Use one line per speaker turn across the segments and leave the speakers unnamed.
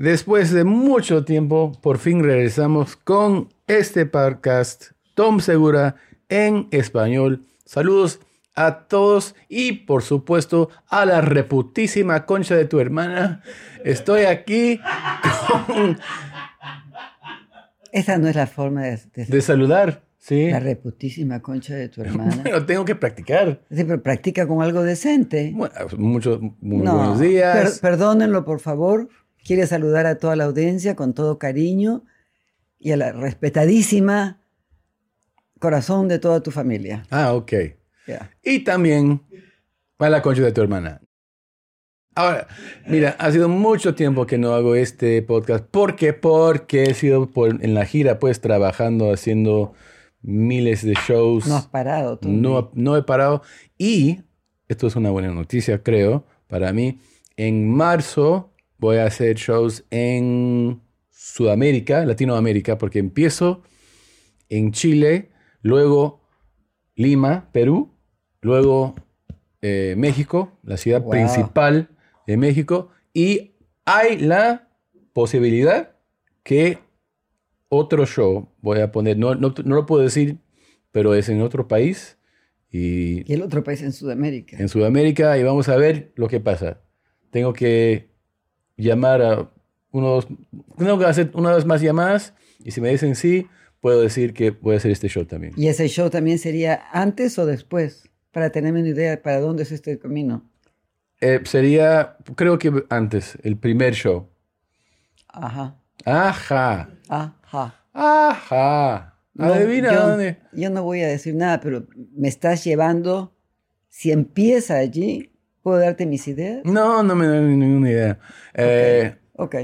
Después de mucho tiempo, por fin regresamos con este podcast Tom Segura en español. Saludos a todos y por supuesto a la reputísima concha de tu hermana. Estoy aquí con-
Esa no es la forma de, de-
de saludar, ¿sí?
la reputísima concha de tu hermana.
Bueno, tengo que practicar.
Sí, pero practica con algo decente.
Bueno, muchos muy
No,
buenos días.
per- perdónenlo, por favor. Quiere saludar a toda la audiencia con todo cariño y a la respetadísima corazón de toda tu familia.
Ah, ok.
Ya.
Y también a la concha de tu hermana. Ahora, mira, ha sido mucho tiempo que no hago este podcast. ¿Por qué? Porque he sido por- en la gira, pues, trabajando, haciendo miles de shows.
No has parado tú.
No, no he parado. Y esto es una buena noticia, creo, para mí. En marzo voy a hacer shows en Sudamérica, Latinoamérica, porque empiezo en Chile, luego Lima, Perú, luego eh, México, la ciudad
Wow.
principal de México, y hay la posibilidad que otro show voy a poner, no, no, no lo puedo decir, pero es en otro país y
Y el otro país en Sudamérica.
en Sudamérica y vamos a ver lo que pasa. Tengo que llamar a unos, tengo que hacer una vez más llamadas y si me dicen sí, puedo decir que voy a hacer este show también.
¿Y ese show también sería antes o después? Para tenerme una idea de para dónde es este camino.
Eh, sería, creo que antes, el primer show.
Ajá.
Ajá,
Ajá.
ajá.
No,
Adivina
yo,
dónde.
yo no voy a decir nada, pero me estás llevando. Si empieza allí, ¿puedo darte mis ideas?
No, no me da ni- ninguna idea. Eh,
Ok.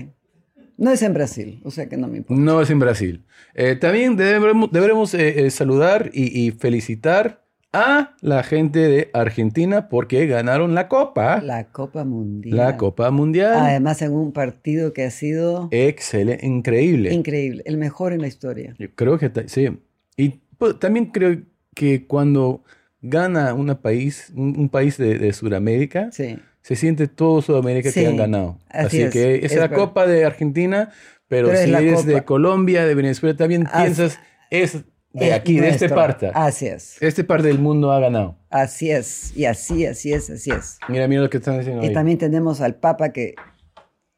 No es en Brasil, o sea que no me importa.
No es en Brasil. Eh, también deberemos, deberemos, eh, eh, saludar y, y felicitar a la gente de Argentina porque ganaron la Copa. La,
La Copa Mundial.
Ah. Copa Mundial.
Además, en un partido que ha sido
Excelente, increíble.
increíble, el mejor en la historia.
Yo creo que ta- sí. Y pues, también creo que cuando gana una país, un, un país de, de Sudamérica,
Sí.
se siente todo Sudamérica
Sí,
que han ganado. Así,
así es,
que es,
es
la
verdad.
Copa de Argentina, pero,
Pero es
si
la
eres
Copa.
de Colombia, de Venezuela, también
Ah,
piensas, es de
Es
aquí, de este
nuestro. Ah.
parte.
Así es.
Este parte del mundo ha ganado.
Así es. Y así, así es, así es.
Mira, mira lo que están diciendo
Y
ahí.
también tenemos al Papa que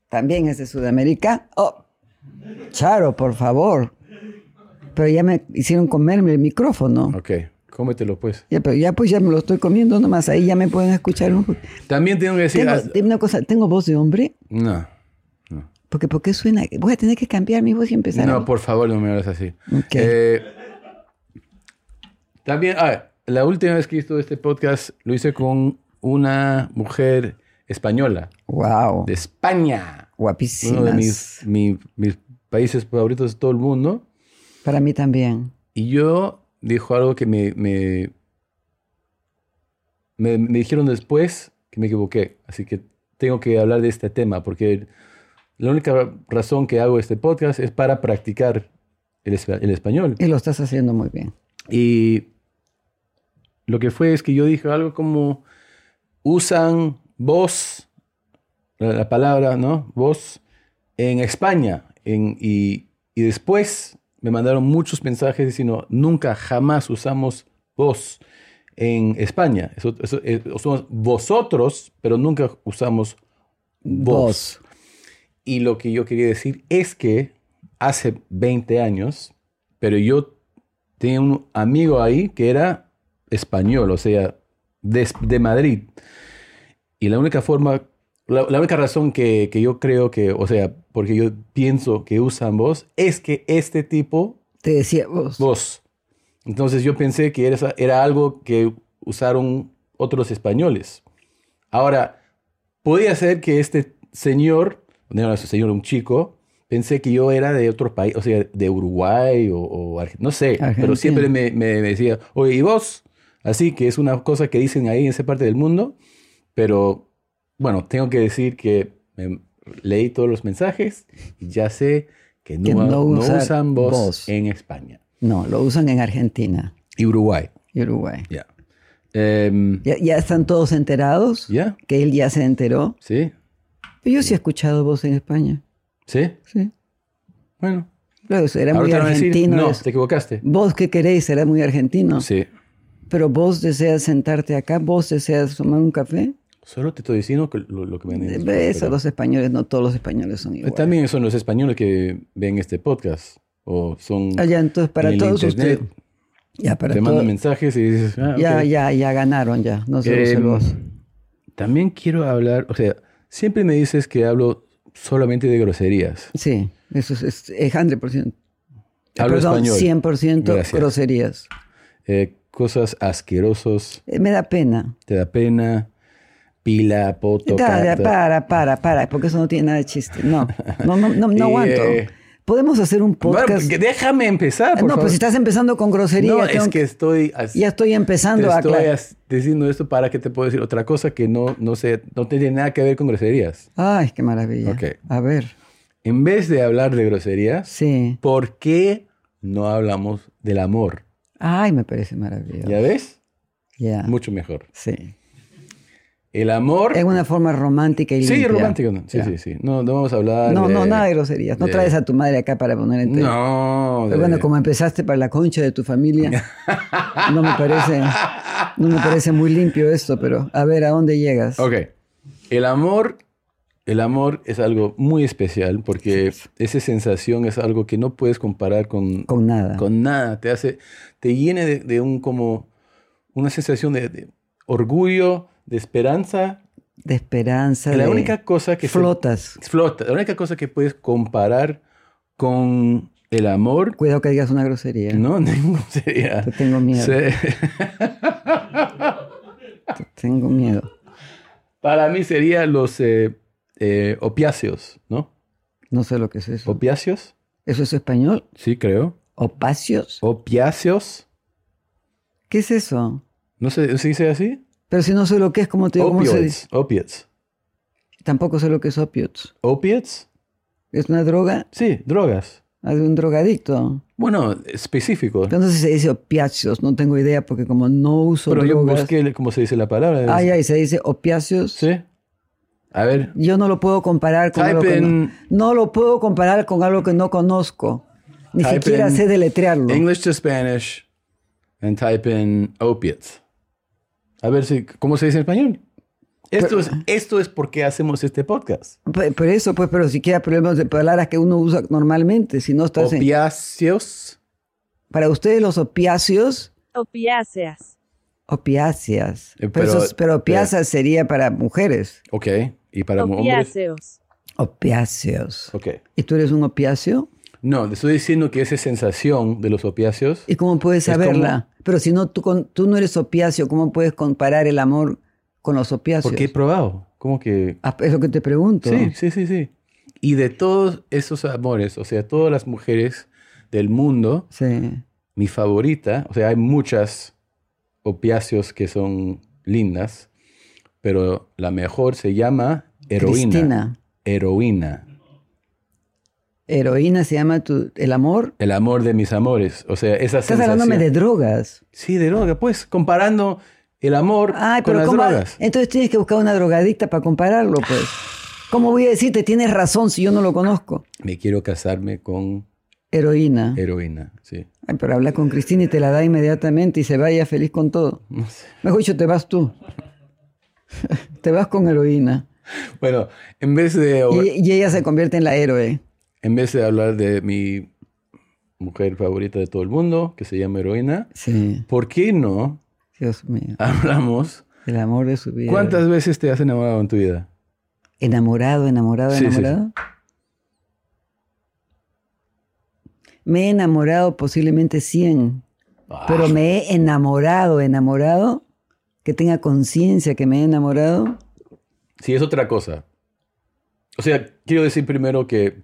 también es de Sudamérica. Oh, Charo, por favor. Pero ya me hicieron comerme el micrófono.
Ok, cómetelo pues.
Ya, pero ya pues ya me lo estoy comiendo nomás. Ahí ya me pueden escuchar un poco.
También tengo que decir...
Tengo,
ah,
dime una cosa, ¿tengo voz de hombre?
no, no.
Porque ¿por qué suena? Voy a tener que cambiar mi voz y empezar. a-
No, por favor, no me hagas así.
Ok.
Eh, también, ah, la última vez que hice este podcast lo hice con una mujer española,
Wow.
de España. Uno de
Guapísimas.
mis, mi- mis países favoritos de todo el mundo.
Para mí también.
Y yo dijo algo que me, me, me, me dijeron después que me equivoqué. Así que tengo que hablar de este tema porque la única razón que hago este podcast es para practicar el, espa- el español.
Y lo estás haciendo muy bien.
Y lo que fue es que yo dije algo como usan vos, la, la palabra, ¿no? Vos en España. En, y, y después me mandaron muchos mensajes diciendo, nunca, jamás usamos vos en España. Eso, eso- eh, usamos vosotros, pero nunca usamos vos.
Vos.
Y lo que yo quería decir es que hace 20 años, pero yo tenía un amigo ahí que era español, o sea, de, Es- de Madrid. Y la única forma, la, la única razón que, que yo creo que, o sea, porque yo pienso que usan vos, es que este tipo,
Te decía vos.
vos. Entonces yo pensé que era, era algo que usaron otros españoles. Ahora, podía ser que este señor, no era un señor, un chico, pensé que yo era de otro país, o sea, de Uruguay o, o Arge- no sé, pero
Argentina.
siempre me, me- me decía, oye, ¿y vos? Así que es una cosa que dicen ahí en esa parte del mundo, pero bueno, tengo que decir que me- leí todos los mensajes y ya sé que no,
Que no
no
usar
usan vos,
vos.
en España
No, lo usan en Argentina
y Uruguay.
y Uruguay.
Ya. Em,
¿Ya, ya están todos enterados?
ya,
Que él ya se enteró.
sí.
Yo sí he escuchado voz en España.
¿Sí?
Sí.
Bueno.
Claro, será muy
Ahorita van a decir,
argentino.
no,
eso.
te equivocaste.
Vos qué queréis, será muy argentino.
Sí.
Pero vos deseas sentarte acá, vos deseas tomar un café.
Solo te estoy diciendo que lo, lo que ven en
Eh,
el
Eso
podcast,
los españoles, no todos los españoles son
pero
iguales.
eh, También son los españoles que ven este podcast. O son.
Allá, Ah, entonces, para
en el
todos
internet,
ustedes. Ya, para
te mandan
todos.
mensajes y dices. ah,
Ya,
ok.
ya, ya ganaron, ya. No se
Eh,
usen los-
También quiero hablar. O sea, siempre me dices que hablo solamente de groserías.
Sí, eso es, es, es 100%. Eh,
Hablo
Perdón,
español.
100%
Gracias.
groserías.
Eh, cosas asquerosas,
Eh, Me da pena.
te da pena. Pila, poto,
Da- da-
cata.
para, para, para, porque eso no tiene nada de chiste. No, no, no, no, no
Y,
aguanto.
eh,
Podemos hacer un
Bueno,
podcast.
que déjame empezar, por
no,
favor.
pues si estás empezando con grosería,
no,
tengo
es que estoy. as-
ya estoy
Te
empezando a
estoy
aclarar.
as- diciendo esto para que te pueda decir otra cosa que no, no sé, no tiene nada que ver con groserías.
Ay, qué maravilla.
Ok.
A ver,
En vez de hablar de groserías,
sí.
¿por qué no hablamos del amor?
Ay, me parece maravilloso.
¿Ya ves?
Ya.
Mucho mejor.
Sí.
El amor.
Es una forma romántica y
Sí,
limpia.
romántico. no. Sí,
Ya.
sí, sí. No, no vamos a hablar.
No, no,
de-
nada de groserías. No
de-
traes a tu madre acá para poner en tela.
No.
Pero
de-
bueno, como empezaste para la concha de tu familia, no me parece, no me parece muy limpio esto, pero a ver, ¿a dónde llegas?
Ok. El amor, el amor es algo muy especial porque esa sensación es algo que no puedes comparar con,
Con nada.
con nada. Te hace, te llena de, de un como una sensación de, de orgullo, de esperanza.
de esperanza.
la
de-
única cosa que se-
flotas.
flota, la única cosa que puedes comparar con el amor,
Cuidado que digas una grosería.
no, ninguna sería.
Te tengo miedo. Te tengo miedo.
Para mí sería los eh, eh, opiáceos, ¿no?
No sé lo que es eso.
¿Opiáceos?
¿Eso es español?
Sí, creo.
¿Opacios?
¿Opiáceos?
¿Qué es eso?
¿No se, se dice así?
Pero si no sé lo que es, ¿cómo te digo? ¿Cómo se dice?
Opioids. Opiates.
Tampoco sé lo que es opios.
¿Opiates?
¿Es una droga?
Sí, drogas.
¿Ah, de un drogadicto?
Bueno, específico.
Pero no sé si se dice opiáceos, no tengo idea, porque como no uso
Pero yo
drogas...
busqué el- cómo se dice la palabra.
Ah, ya, y se dice opiáceos.
Sí. A ver.
Yo no lo puedo comparar con
Type
algo que no,
in-
no lo puedo comparar con algo que no conozco. Ni
Type
siquiera
in
sé deletrearlo.
English to Spanish and type in opiates. A ver si, ¿cómo se dice en español? Esto, es, esto es por qué hacemos este podcast.
Pe- Pero eso, pues, pero siquiera problemas de palabras que uno usa normalmente, si no estás en-
Opiáceos.
Para ustedes los opiáceos,
Opiáceas.
opiáceas.
Eh,
Pero, eso
pero-
es- pero opiáceas sería para mujeres.
Ok. Y para hombres.
Opiáceos.
Opiáceos.
Ok.
¿Y tú eres un opiáceo?
No, te estoy diciendo que esa sensación de los opiáceos.
¿Y cómo puedes
Es
saberla? Pero si no, tú, con- tú no eres opiáceo, ¿cómo puedes comparar el amor con los opiáceos?
Porque he probado. Como que
Ah, Es lo que te pregunto.
Sí, sí, sí, sí. Y de todos esos amores, o sea, todas las mujeres del mundo,
Sí.
mi favorita, o sea, hay muchas opiáceos que son lindas, pero la mejor se llama heroína.
Cristina.
Heroína.
Heroína se llama tu, el amor.
El amor de mis amores. O sea, esa
Estás
sensación.
hablándome de drogas.
Sí, de droga. Pues, comparando el amor
Ay,
con
pero
las
¿cómo?
drogas.
Entonces tienes que buscar una drogadicta para compararlo, pues. ¿Cómo voy a decirte tienes razón si yo no lo conozco?
Me quiero casarme con
Heroína.
Eh. heroína, sí.
Ay, pero habla con Cristina y te la da inmediatamente y se vaya feliz con todo.
No sé.
Mejor dicho, te vas tú. te vas con heroína.
Bueno, en vez de...
Y, y ella se convierte en la héroe.
En vez de hablar de mi mujer favorita de todo el mundo, que se llama heroína,
Sí,
¿por qué no
Dios mío.
hablamos
El amor de su vida.
cuántas veces te has enamorado en tu vida?
Enamorado, enamorado,
Sí, sí, sí.
enamorado. Me he enamorado posiblemente 100. Pero me he enamorado, enamorado, que tenga conciencia que me he enamorado.
Sí, es otra cosa. O sea, quiero decir primero que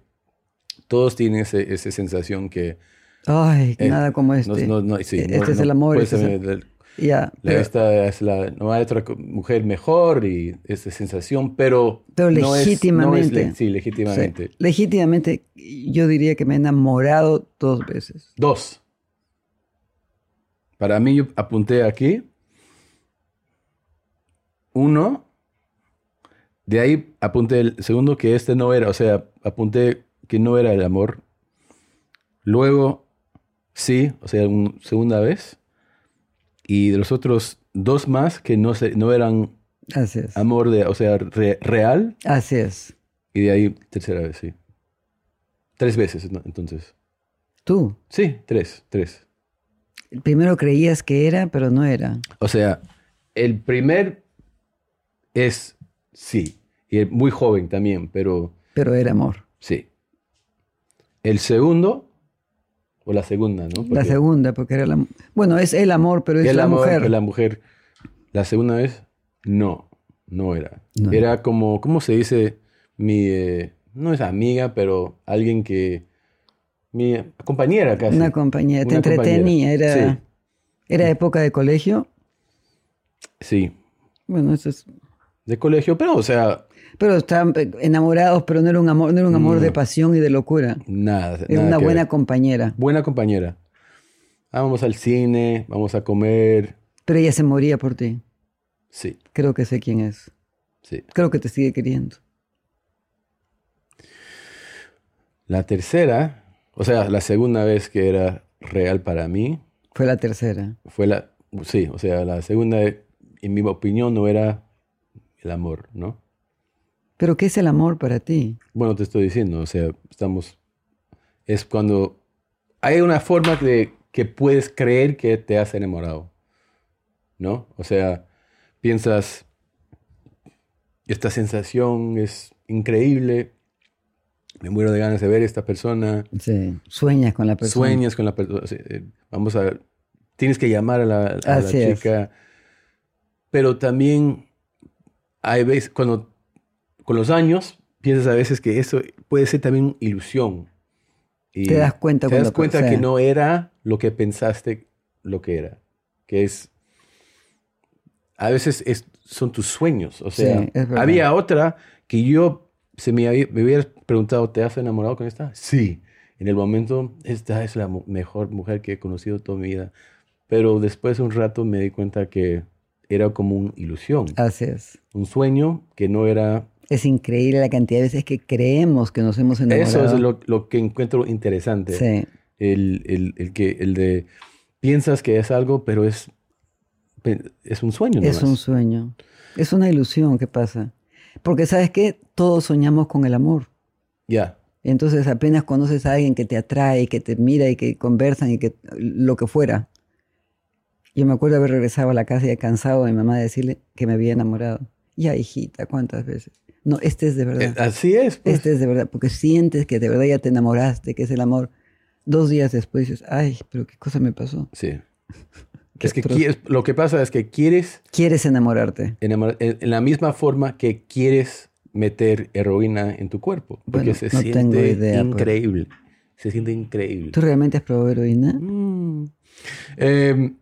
todos tienen ese- esa sensación que...
Ay,
eh,
nada como
no-
este.
no- no- sí,
Este
no-
es
no
el amor.
puedes
este es el-
tener-
Ya,
la-
pero,
esta es la... No hay otra co- mujer mejor y esa sensación, pero...
pero
no es- No es,
legítimamente.
le- sí,
o sea,
legítimamente.
legítimamente, yo diría que me he enamorado dos veces.
Dos. Para mí, yo apunté aquí. Uno. De ahí apunté el segundo que este no era. O sea, apunté que no era el amor. Luego, sí, o sea, un- segunda vez. Y de los otros dos más que no, se, no eran
Así es.
amor, de, o sea, re- real.
Así es.
Y de ahí, tercera vez, sí. Tres veces, ¿no? entonces.
Tú.
Sí, tres, tres.
Primero creías que era, pero no era.
O sea, el primer es sí. Y es muy joven también, pero
Pero era amor.
sí. El segundo, o la segunda, ¿no?
La
Porque
segunda, porque era la. Bueno, es el amor, pero es
el
la
amor,
mujer.
pero La mujer. La segunda vez, no, no era.
No.
Era como, ¿cómo se dice? Mi, eh, no es amiga, pero alguien que, mi compañera casi.
Una compañía. Te
Una compañera.
entretenía. Era,
Sí.
era época de colegio.
Sí,
Bueno, eso es.
de colegio, pero o sea,
Pero estaban pe- enamorados, pero no era un amor, no era un amor de pasión y de locura.
nada.
Era
nada
una
que
buena
ver.
compañera.
buena compañera. Ah, vamos al cine, vamos a comer.
Pero ella se moría por ti.
Sí,
Creo que sé quién es.
sí.
Creo que te sigue queriendo.
La tercera, o sea, la segunda vez que era real para mí,
Fue la tercera.
fue la, sí, o sea, la segunda, en mi opinión, no era el amor, ¿no?
Pero ¿qué es el amor para ti?
Bueno, te estoy diciendo, o sea, estamos, es cuando hay una forma de que puedes creer que te has enamorado, ¿no? O sea, piensas, esta sensación es increíble, me muero de ganas de ver a esta persona,
Sí. Sueñas con la persona.
sueñas con la persona, eh, vamos a, tienes que llamar a la, a la
Así es.
chica, pero también hay veces, cuando, con los años, piensas a veces que eso puede ser también ilusión. Y
Te das cuenta
Te
cuando-
das cuenta
o sea-
que no era lo que pensaste lo que era, que es, a veces es- son tus sueños, o sea,
Sí, es verdad.
había otra que yo, se me, había- me hubieras preguntado, ¿te has enamorado con esta? Sí. En el momento, esta es la mu- mejor mujer que he conocido toda mi vida. Pero después de un rato me di cuenta que era como una ilusión,
Así es.
un sueño que no era...
Es increíble la cantidad de veces que creemos que nos hemos enamorado.
Eso es lo, lo que encuentro interesante.
Sí.
El, el- el que, el de piensas que es algo, pero es, es un sueño.
Es un
nomás.
sueño. Es una ilusión que pasa. Porque sabes qué? Todos soñamos con el amor.
Ya,
Entonces apenas conoces a alguien que te atrae, que te mira y que conversan y que lo que fuera. Yo me acuerdo haber regresado a la casa y cansado de mi mamá de decirle que me había enamorado. Ya, hijita, ¿cuántas veces? No, este es de verdad.
Eh, así es. pues.
Este es de verdad, porque sientes que de verdad ya te enamoraste, que es el amor. Dos días después dices, ay, pero qué cosa me pasó.
Sí.
Qué
es que
atroz.
quieres- lo que pasa es que quieres
Quieres enamorarte.
enamorar- en, en la misma forma que quieres meter heroína en tu cuerpo. Porque
Bueno,
se
no
siente
tengo idea, pues.
increíble. Se siente increíble.
¿Tú realmente has probado heroína?
Mm. Eh,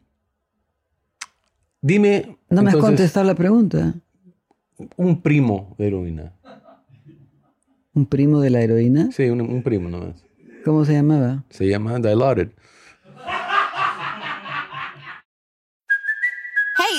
dime
No me has
entonces,
contestado la pregunta.
un primo de heroína.
¿Un primo de la heroína?
Sí, un, un primo nomás.
¿Cómo se llamaba?
Se llama Dilaudid.
Hey,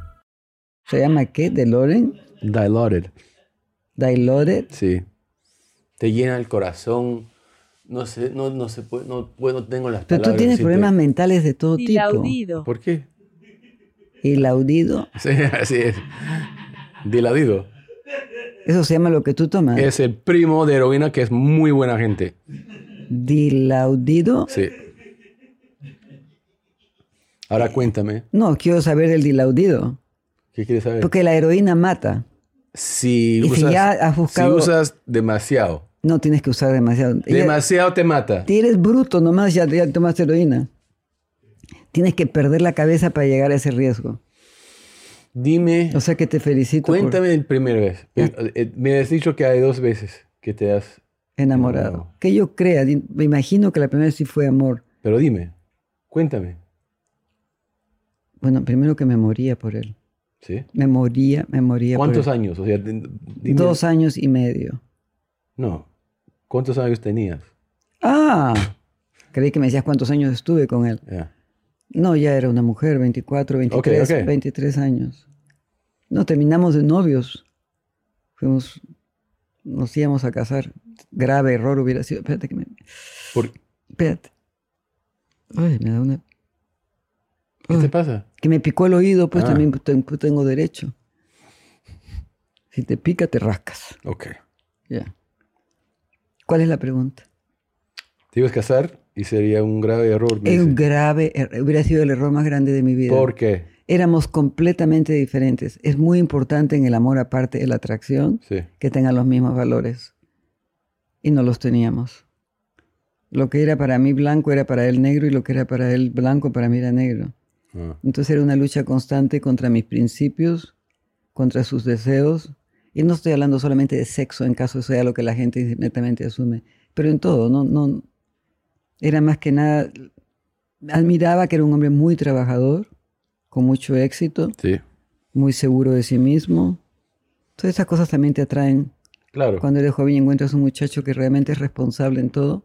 ¿Se llama qué? ¿De Loren?
Dilaudid.
¿Dilauded?
Sí. Te llena el corazón. No sé, no, no se puede, no, puedo- no tengo las
Pero
palabras.
tú tienes
decirte-
problemas mentales de todo tipo.
Dilaudido.
¿Por qué?
Y laudido,
Sí, así es. Diladido.
eso se llama lo que tú tomas.
Es el primo de heroína que es muy buena gente.
Dilaudido.
Sí. Ahora cuéntame,
No, quiero saber del dilaudido.
¿qué quieres saber?
Porque la heroína mata.
Si
Y si
usas,
ya has buscado-
si usas demasiado,
No tienes que usar demasiado. Ella-
demasiado te mata.
Si eres bruto nomás, ya, ya tomas heroína. Tienes que perder la cabeza para llegar a ese riesgo.
Dime,
O sea que te felicito. por-
eh, cuéntame el primera vez. Eh, Me has dicho que hay dos veces que te has
enamorado.
Enamorado.
Que yo crea, di- me imagino que la primera vez sí fue amor.
Pero dime, cuéntame.
Bueno, primero que me moría por él.
¿Sí?
Me moría, me moría
¿Cuántos
por él.
años? O sea, di- dime-
Dos años y medio.
No. ¿Cuántos años tenías?
Ah, creí que me decías cuántos años estuve con él.
Ya.
No, ya era una mujer, 24, 23,
ok.
23 años. No, terminamos de novios. Fuimos, nos íbamos a casar. Grave error hubiera sido. Espérate que me.
¿Por-
Espérate. Ay, me da una.
¿Qué
Ay.
te pasa?
Que me picó el oído, pues
Ah.
también ten- tengo derecho. Si te pica, te rascas.
Ok.
Ya. ¿Cuál es la pregunta?
Te ibas a casar y sería un grave error. me
Es un
dices.
grave error. Hubiera sido el error más grande de mi vida.
¿Por qué?
éramos completamente diferentes. Es muy importante en el amor, aparte de la atracción,
Sí.
que tengan los mismos valores. Y no los teníamos. Lo que era para mí blanco era para él negro y lo que era para él blanco para mí era negro.
Ah,
Entonces era una lucha constante contra mis principios, contra sus deseos. Y no estoy hablando solamente de sexo, en caso sea lo que la gente inmediatamente asume, pero en todo, no, no. Era más que nada, admiraba que era un hombre muy trabajador, con mucho éxito,
Sí.
muy seguro de sí mismo. Todas esas cosas también te atraen.
Claro.
Cuando eres joven y encuentras un muchacho que realmente es responsable en todo,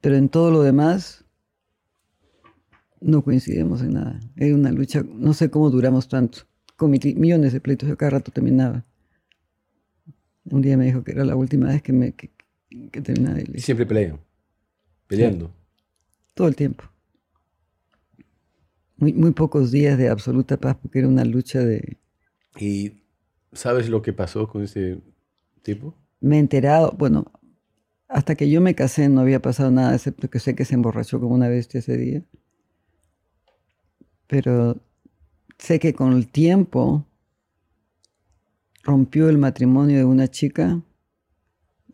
pero en todo lo demás no coincidimos en nada. Era una lucha, no sé cómo duramos tanto. Con mi- millones de pleitos, yo cada rato terminaba. Un día me dijo que era la última vez que, me, que, que terminaba. y le
Y
dije,
Siempre pelean. Peleando.
todo el tiempo. Muy, muy pocos días de absoluta paz porque era una lucha de...
¿Y sabes lo que pasó con ese tipo?
Me he enterado, bueno, hasta que yo me casé no había pasado nada, excepto que sé que se emborrachó como una bestia ese día. Pero sé que con el tiempo rompió el matrimonio de una chica.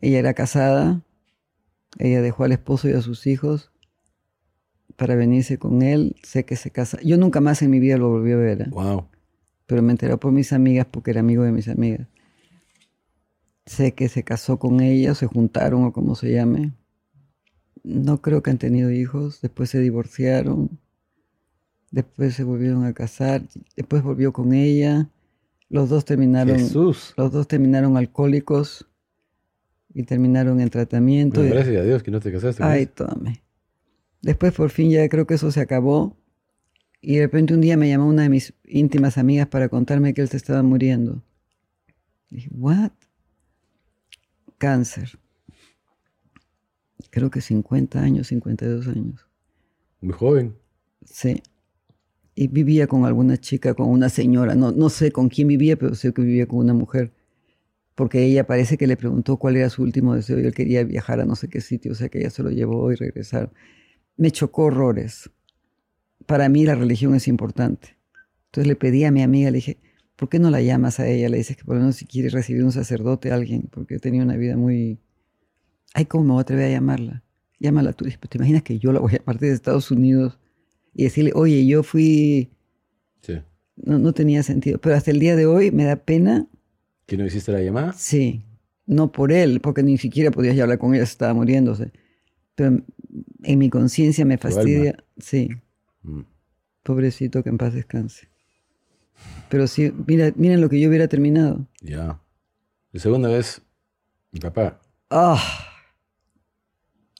Ella era casada. Ella dejó al esposo y a sus hijos para venirse con él. Sé que se casa. Yo nunca más en mi vida lo volví a ver. ¿eh?
Wow.
pero me enteré por mis amigas porque era amigo de mis amigas. Sé que se casó con ella, o se juntaron o como se llame. No creo que han tenido hijos, después se divorciaron, después se volvieron a casar, después volvió con ella. Los dos terminaron,
Jesús.
los dos terminaron alcohólicos y terminaron en tratamiento.
Bueno,
y-
gracias a Dios que no te casaste. con
Ay,
él.
tome. Después por fin ya creo que eso se acabó. Y de repente un día me llamó una de mis íntimas amigas para contarme que él se estaba muriendo. Dije, ¿what? Cáncer. Creo que 50 años, 52 años.
Muy joven.
Sí. Y vivía con alguna chica, con una señora. No, no sé con quién vivía, pero sé que vivía con una mujer. Porque ella parece que le preguntó cuál era su último deseo y él quería viajar a no sé qué sitio, o sea que ella se lo llevó y regresaron. Me chocó horrores. Para mí la religión es importante. Entonces le pedí a mi amiga, le dije, ¿por qué no la llamas a ella? Le dices que por lo menos si quiere recibir un sacerdote, alguien, porque tenía una vida muy... Ay, ¿cómo me voy a atrever a llamarla? Llámala tú. Le dije, "Pues, ¿Te imaginas que yo la voy a llamar desde Estados Unidos y decirle, oye, yo fui,
Sí.
no, no tenía sentido, pero hasta el día de hoy me da pena,
¿Que no hiciste la llamada?
sí, no por él, porque ni siquiera podías ya hablar con ella, estaba muriéndose, pero en mi conciencia me
Tu alma.
fastidia, sí,
Mm.
pobrecito que en paz descanse. Pero sí, mira, miren lo que yo hubiera terminado.
Ya. La segunda vez, mi papá.
¡Ah!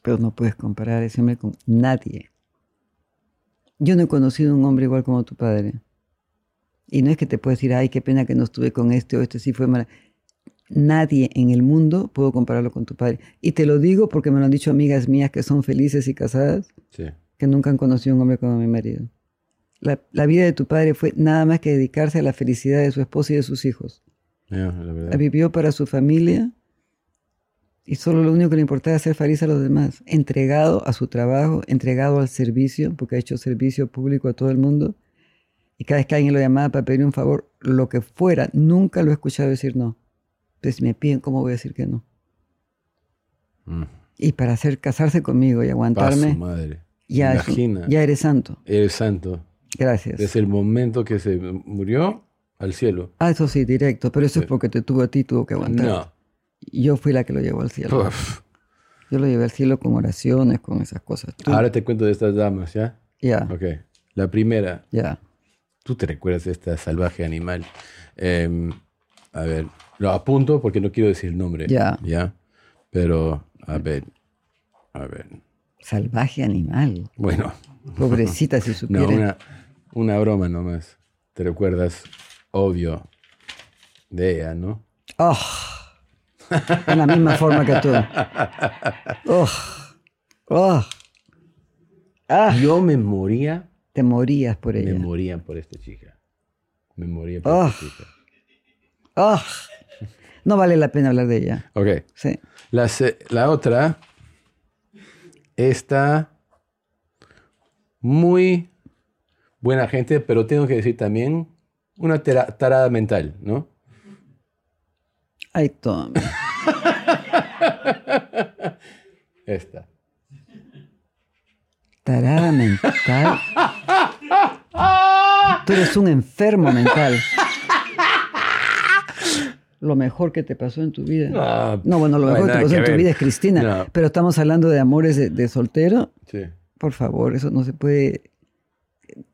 Pero no puedes comparar ese hombre con nadie. Yo no he conocido un hombre igual como tu padre. Y no es que te puedes decir, ay, qué pena que no estuve con este o este sí fue mala. Nadie en el mundo puedo compararlo con tu padre. Y te lo digo porque me lo han dicho amigas mías que son felices y casadas,
Sí.
que nunca han conocido un hombre como mi marido. La, la vida de tu padre fue nada más que dedicarse a la felicidad de su esposa y de sus hijos.
Ya, la verdad.
La vivió para su familia y solo lo único que le importaba era hacer feliz a los demás. Entregado a su trabajo, entregado al servicio, porque ha hecho servicio público a todo el mundo. Y cada vez que alguien lo llamaba para pedir un favor, lo que fuera, nunca lo he escuchado decir no. Pues si me piden, ¿cómo voy a decir que no?
Mm.
Y para hacer casarse conmigo y
Pa' su
aguantarme,
madre.
ya, es un-
Imagina.
ya eres santo.
Eres santo.
Gracias.
Desde el momento que se murió, al cielo.
Ah, eso sí, directo, pero eso
Sí.
es porque te tuvo a ti, tuvo que aguantar.
No.
Yo fui la que lo llevó al cielo.
Uf.
Yo lo llevé al cielo con oraciones, con esas cosas. Tú- Ah.
Ahora te cuento de estas damas, ¿ya?
ya,
Ok. La primera,
ya.
tú te recuerdas de esta salvaje animal. Em, a ver, lo apunto porque no quiero decir el nombre.
Ya.
Ya. Pero, a ver. A ver.
Salvaje animal.
Bueno,
Pobrecita, si
no,
supiera.
una, una broma nomás. Te recuerdas, obvio, de ella, ¿no?
Oh, en la misma forma que tú. Oh, oh, ah,
Yo me moría,
te morías por
me
ella.
moría por esta chica. Me moría por
Ah.
esta chica.
Oh, no vale la pena hablar de ella.
Ok.
Sí.
La, se- la otra está muy buena gente, pero tengo que decir también una tera- tarada mental, ¿no?
Ay, Tom.
Esta.
Tarada mental. Tú eres un enfermo mental. Lo mejor que te pasó en tu vida.
No,
No, bueno, lo
no hay
mejor que
nada
te pasó
que
en tu
ver.
vida es Cristina.
No.
Pero estamos hablando de amores de, de soltero.
Sí.
Por favor, eso no se puede.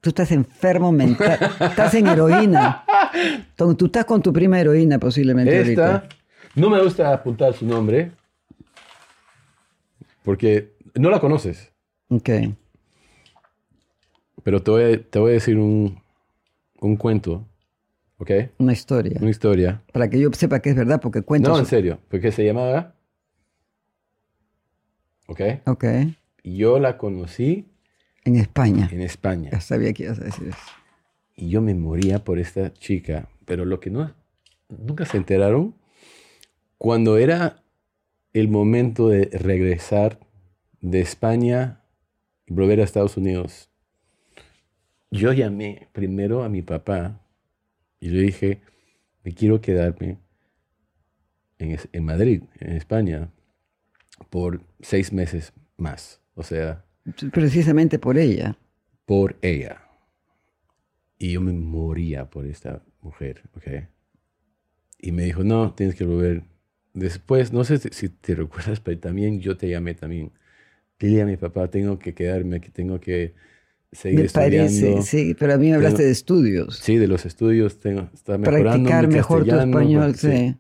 Tú estás enfermo mental. Estás en heroína. Tú tú estás con tu prima heroína posiblemente
Esta,
ahorita.
no me gusta apuntar su nombre, porque no la conoces,
Ok.
pero te voy, te voy a decir un, un cuento, ¿ok?
Una historia.
Una historia.
Para que yo sepa que es verdad, porque cuento.
No,
su-
en serio, porque se llamaba... ¿Ok?
Ok. En
Y yo la conocí
España.
en España.
Ya sabía que ibas a decir eso.
Y yo me moría por esta chica. Pero lo que no, nunca se enteraron, cuando era el momento de regresar de España y volver a Estados Unidos, yo llamé primero a mi papá y le dije, me quiero quedarme en, es- en Madrid, en España, por seis meses más. O sea,
Precisamente por ella.
por ella. Y yo me moría por esta mujer, ¿ok? Y me dijo, no, tienes que volver. Después, no sé si- si te recuerdas, pero también yo te llamé también. Dile a mi papá, tengo que quedarme aquí, tengo que seguir
Me
estudiando.
parece, sí, pero a mí me hablaste
Tengo-
de estudios.
Sí, de los estudios, tengo, está mejorando mi
Practicar mejor tu
castellano,
español,
sí.
sí.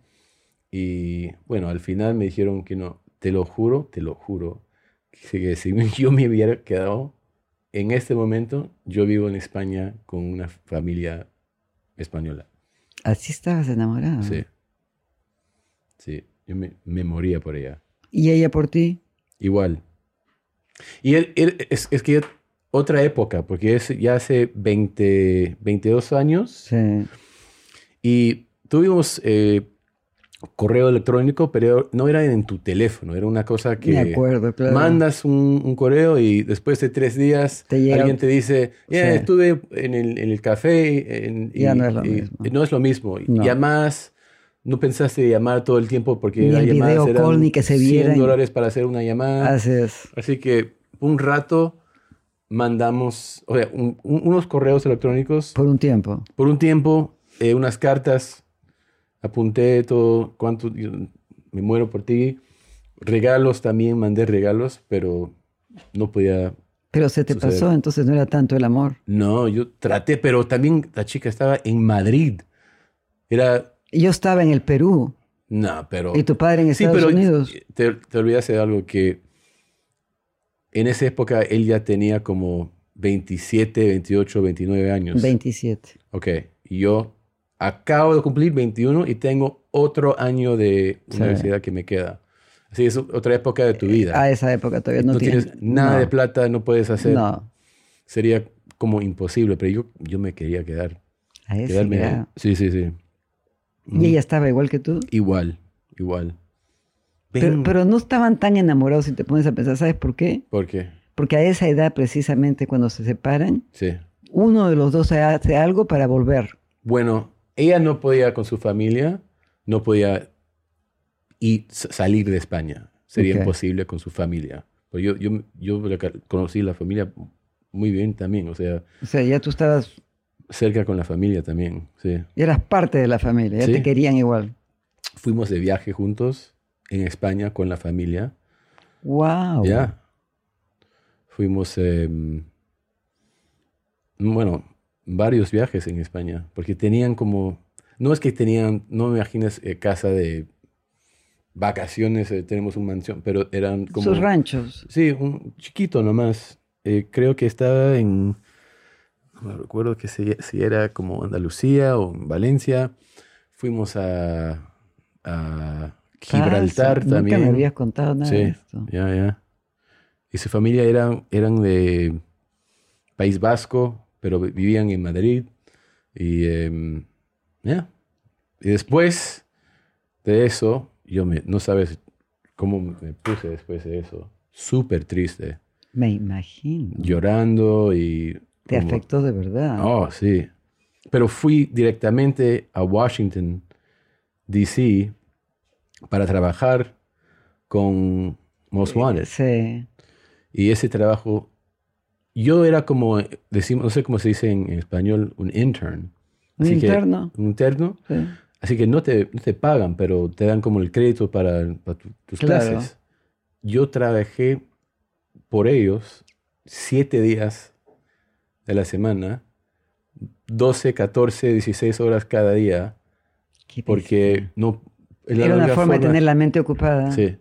Y bueno, al final me dijeron que no. Te lo juro, te lo juro, que si yo me hubiera quedado en este momento, yo vivo en España con una familia española.
Así estabas enamorado.
Sí. Sí, yo me, me moría por ella.
Y ella por ti.
Igual. Y él, él- es, es que otra época, porque es ya hace 20, 22 años.
Sí.
Y tuvimos eh, correo electrónico, pero no era en tu teléfono, era una cosa que
Me acuerdo, claro.
mandas un, un correo y después de tres días
Te llega-
alguien te dice, "Yeah,
Sí.
estuve en el, en el café. en-
Ya no es lo
y-
mismo.
No es lo mismo.
No.
Llamas, no pensaste llamar todo el tiempo porque
Ni
las
el
llamadas
video
eran
call ni que se
100
vieran.
dólares para hacer una llamada.
Así es.
Así que un rato mandamos, o sea, un- un- unos correos electrónicos
Por un tiempo.
por un tiempo, eh, unas cartas, apunté todo, cuánto, yo me muero por ti. Regalos también, mandé regalos, pero no podía.
Pero se te
Sucede.
pasó, entonces no era tanto el amor.
No, yo traté, pero también la chica estaba en Madrid. Era.
Yo estaba en el Perú
No, pero.
y tu padre en
Sí,
Estados
pero
Unidos.
Te, te olvidaste de algo que. En esa época él ya tenía como 27, 28, 29 años.
27.
Ok, y yo acabo de cumplir 21 y tengo otro año de
Sí.
universidad que me queda. Así es otra época de tu vida.
A esa época todavía
no
no,
tienes nada
no,
de plata, no puedes hacer.
No.
Sería como imposible, pero yo, yo me quería quedar.
A ese
quedarme.
grado.
Sí, sí, sí.
Y
mm.
ella estaba igual que tú.
Igual, igual.
Pero,
Ven.
pero no estaban tan enamorados si te pones a pensar. ¿Sabes por qué?
¿Por qué?
Porque a esa edad, precisamente cuando se separan,
Sí.
uno de los dos hace algo para volver.
Bueno, ella no podía con su familia, no podía ir, s- salir de España. Sería
Ok.
imposible con su familia. Pero yo, yo, yo la ca- conocí la familia muy bien también, o sea,
O sea, ya tú estabas,
cerca con la familia también. Sí.
ya eras parte de la familia, ya
Sí.
te querían igual.
Fuimos de viaje juntos en España con la familia.
¡Wow!
Ya. Fuimos, eh, bueno, varios viajes en España, porque tenían como, no es que tenían, no me imaginas eh, casa de vacaciones, eh, tenemos un mansión, pero eran como...
Sus ranchos.
Sí, un chiquito nomás. Eh, creo que estaba en. No me recuerdo que si, si era como Andalucía o en Valencia. Fuimos a, a Gibraltar
Ah, sí,
también.
Nunca me habías contado nada de
sí,
esto.
ya, ya. Y su familia era, eran de País Vasco, pero vi- vivían en Madrid. Y em, ya. Y después de eso, yo me, no sabes cómo me puse después de eso. Súper triste
Me imagino.
llorando y...
Te
como-
afectó de verdad.
Oh, sí. Pero fui directamente a Washington, D.C. para trabajar con Most Wanted.
Sí.
Y ese trabajo, yo era como, decimos, no sé cómo se dice en, en español, un intern.
Un
Así que-
interno.
un interno.
sí.
Así que no te, no te pagan, pero te dan como el crédito para, para tu- tus
Claro.
clases. Yo trabajé por ellos siete días de la semana, 12, 14, 16 horas cada día,
Qué
porque no... es la
Era una
única
forma de tener la mente ocupada.
Sí.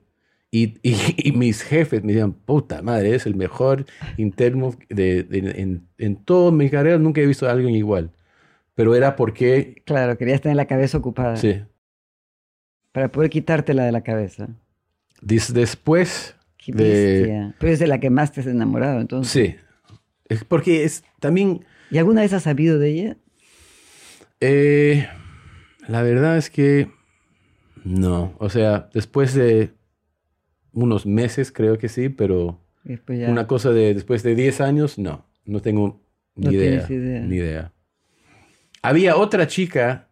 Y, y, y mis jefes me decían, puta madre, es el mejor interno de, de- en, en toda mi carrera, nunca he visto a alguien igual. Pero era porque...
Claro, querías tener la cabeza ocupada
Sí.
para poder quitártela de la cabeza.
Des- después
Qué
De-
bestia. Pero es de la que más te has enamorado, entonces.
Sí. Es porque es también.
¿Y alguna vez has sabido de ella?
eh, la verdad es que. No. O sea, después de unos meses, creo que sí, pero
Y Después ya.
una cosa de después de 10 años, no. No tengo ni
No
idea,
tienes idea.
Ni idea. Había otra chica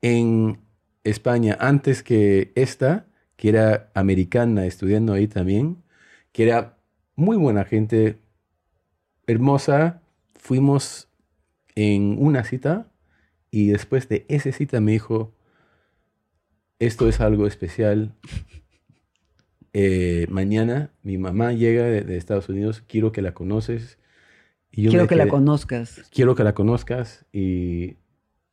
en España antes que esta, que era americana, estudiando ahí también, que era muy buena gente, hermosa. Fuimos en una cita y después de esa cita me dijo, esto es algo especial. Eh, mañana mi mamá llega de, de Estados Unidos, quiero que la conoces. Y yo
Quiero
me
que la
quedé-
conozcas.
quiero que la conozcas y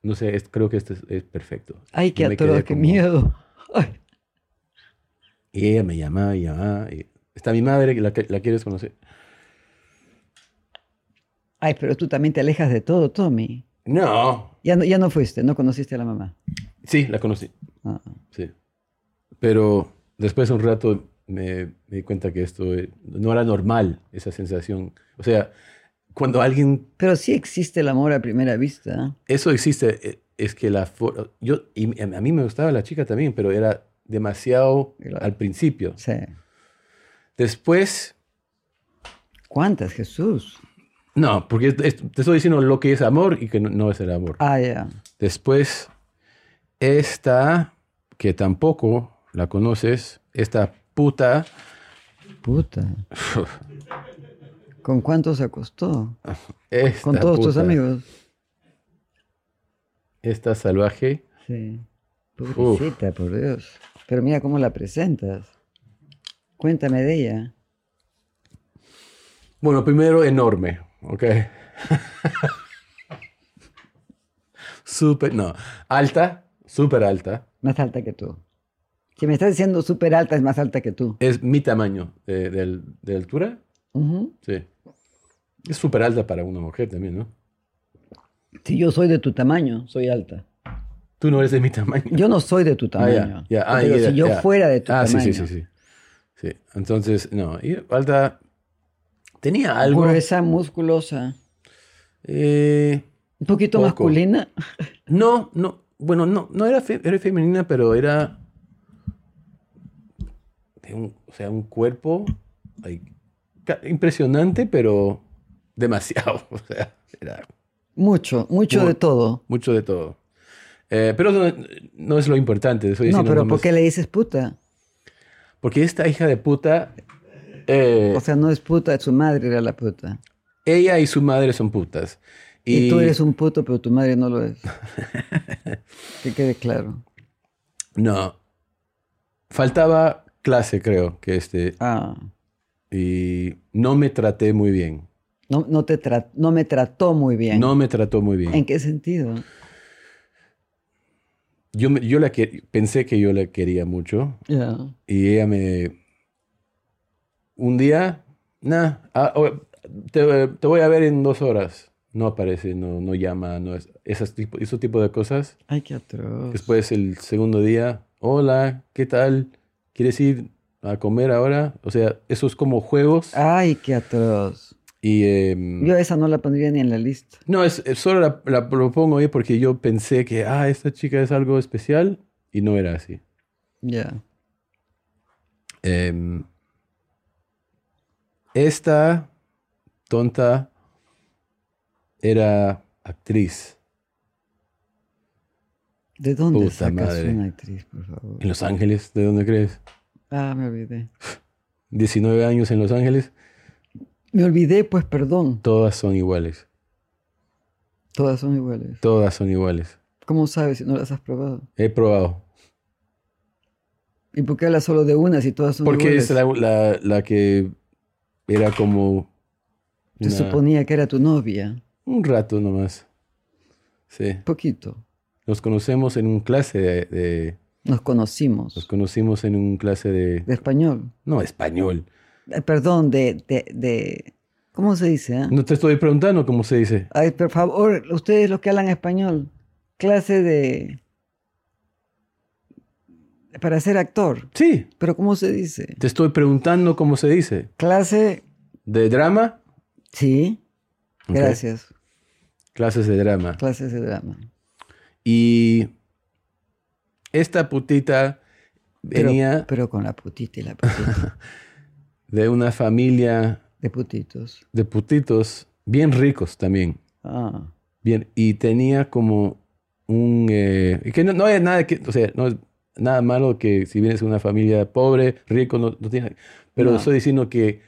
no sé, es- creo que esto es, es perfecto.
Ay, qué
Yo me quedé
atroz, qué
como-
miedo. Ay,
Y ella me llamaba y llamaba. y, Está mi madre, que la, que- la quieres conocer.
Ay, pero tú también te alejas de todo, Tommy.
No.
Ya no, ya no fuiste, no conociste a la mamá.
Sí, la conocí.
Ah.
Sí. Pero después de un rato me, me di cuenta que esto eh, no era normal, esa sensación. O sea, cuando alguien...
Pero sí existe el amor a primera vista.
Eso existe, eh, es que la... for- Yo, y a mí me gustaba la chica también, pero era demasiado
Claro.
al principio.
Sí.
Después
¿Cuántas, Jesús?
No, porque es- es- te estoy diciendo lo que es amor y que no, no es el amor.
Ah, ya.
Después, esta, que tampoco la conoces, esta puta,
Puta. ¿Con cuántos se acostó?
esta
Con todos tus
puta,
amigos.
Esta salvaje,
Sí. Pobrecita, por Dios. Pero mira cómo la presentas. Cuéntame de ella.
bueno, primero enorme, ¿ok? súper, no, alta, súper alta.
Más alta que tú. Si me estás diciendo súper alta, es más alta que tú.
Es mi tamaño de, del- de altura,
Ujú.
sí. Es súper alta para una mujer también, ¿no?
Si yo soy de tu tamaño, soy alta.
Tú no eres de mi tamaño.
Yo no soy de tu
Ah, ya,
tamaño.
ya, ah,
Pero
ya,
si yo
ya.
fuera de tu
ah,
tamaño.
sí, sí, sí, sí. Sí, entonces, no. Y Alta tenía algo.
Gruesa, musculosa.
eh,
Un poquito
Poco.
masculina.
no, no. Bueno, no, no era, fe- era femenina, pero era. de un- o sea, un cuerpo like, ca- impresionante, pero demasiado. O sea, era
Mucho, mucho
Mu-
de todo.
mucho de todo. Eh, pero no, no es lo importante. estoy
No,
diciendo
pero
nomás-
¿por qué le dices puta?
Porque esta hija de puta. eh,
O sea, no es puta, su madre era la puta.
Ella y su madre son putas.
Y, tú eres un puto, pero tu madre no lo es. que quede claro.
No. Faltaba clase, creo, que este,
Ah,
y no me traté muy bien.
no, no, te tra- no me trató muy bien.
No me trató muy bien.
¿En qué sentido?
Yo, me- yo la que- pensé que yo la quería mucho
Ya.
y ella me... Un día, nah, ah, o- te, te voy a ver en dos horas. No aparece, no, no llama, no es, esas tipo, esos tipo de cosas.
Ay, qué atroz.
Después el segundo día, hola, ¿qué tal? ¿Quieres ir a comer ahora? O sea, esos como juegos
Ay, qué atroz.
y... em,
Ah. Yo esa no la pondría ni en la lista.
No, es, es solo la, la propongo ahí porque yo pensé que, ah, esta chica es algo especial y no era así.
Ya.
Em, esta tonta era actriz
¿De dónde
Puta
sacas
madre.
una actriz, por favor?
en Los Ángeles, ¿de dónde crees?
Ah, me olvidé.
19 años en Los Ángeles,
Me olvidé, pues, perdón.
todas son iguales,
Todas son iguales.
todas son iguales.
¿Cómo sabes si no las has probado?
He probado.
¿Y por qué hablas solo de una si todas son
Porque
iguales?
es la, la- la que era como
Se
una-
suponía que era tu novia.
un rato nomás. Sí.
Poquito.
Nos conocemos en un clase de, de-
Nos
nos
conocimos.
conocimos en un clase de
De español.
no español.
Eh, perdón, de, de, de- ¿Cómo se dice? ah?
No te estoy preguntando cómo se dice.
Ay, por favor, ustedes los que hablan español. Clase de... Para ser actor.
Sí,
Pero ¿cómo se dice?
te estoy preguntando cómo se dice.
Clase...
De drama.
Sí.
Ok.
Gracias.
Clases de drama.
Clases de drama.
Y esta putita
Pero-
venía
Pero, con la putita y la putita.
de una familia
de putitos.
de putitos bien ricos también.
Ah.
Bien, y tenía como un... eh, que no, no hay nada que... O sea, no es nada malo que si vienes de una familia pobre, rico, no, no tiene... Pero
No.
estoy diciendo que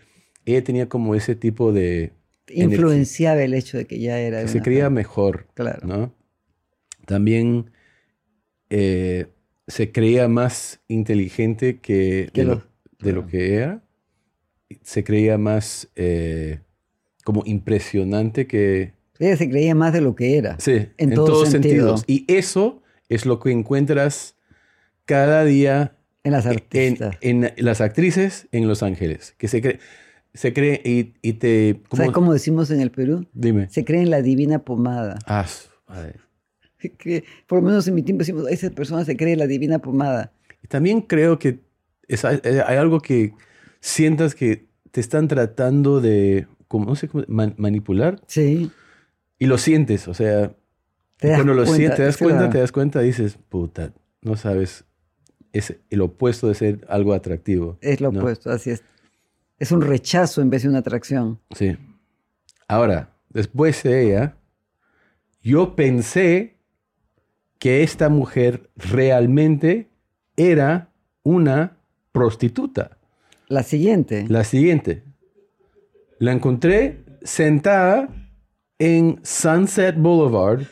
ella tenía como ese tipo de...
Influenciaba el hecho de que ya era...
que
de
se
una
creía
familia.
mejor,
Claro.
¿no? También eh, se creía más inteligente que...
Que
de lo,
lo-
de lo
claro.
que era. Se creía más eh, como impresionante que...
Ella se creía más de lo que era.
Sí, en,
todo
todos
sentido.
sentidos. Y eso es lo que encuentras cada día
En las
en,
artistas.
en las actrices en Los Ángeles. Que se cree, se cree y, y te... ¿cómo?
¿Sabes cómo decimos en el Perú?
Dime.
Se cree en la divina pomada.
Ah, su madre.
Se cree- por lo menos en mi tiempo decimos, esa persona se cree en la divina pomada.
Y también creo que es- hay eh, hay algo que sientas que te están tratando de, como, no sé, cómo- man- manipular.
Sí.
Y lo sientes, o sea,
Te das
cuando lo
cuenta,
sientes, te das
es la-
cuenta, te das cuenta, dices, puta, no sabes, es el opuesto de ser algo atractivo.
Es lo
¿no?
opuesto, así es. Es un rechazo en vez de una atracción.
Sí. Ahora, después de ella, yo pensé que esta mujer realmente era una prostituta.
La siguiente.
La siguiente. La encontré sentada en Sunset Boulevard,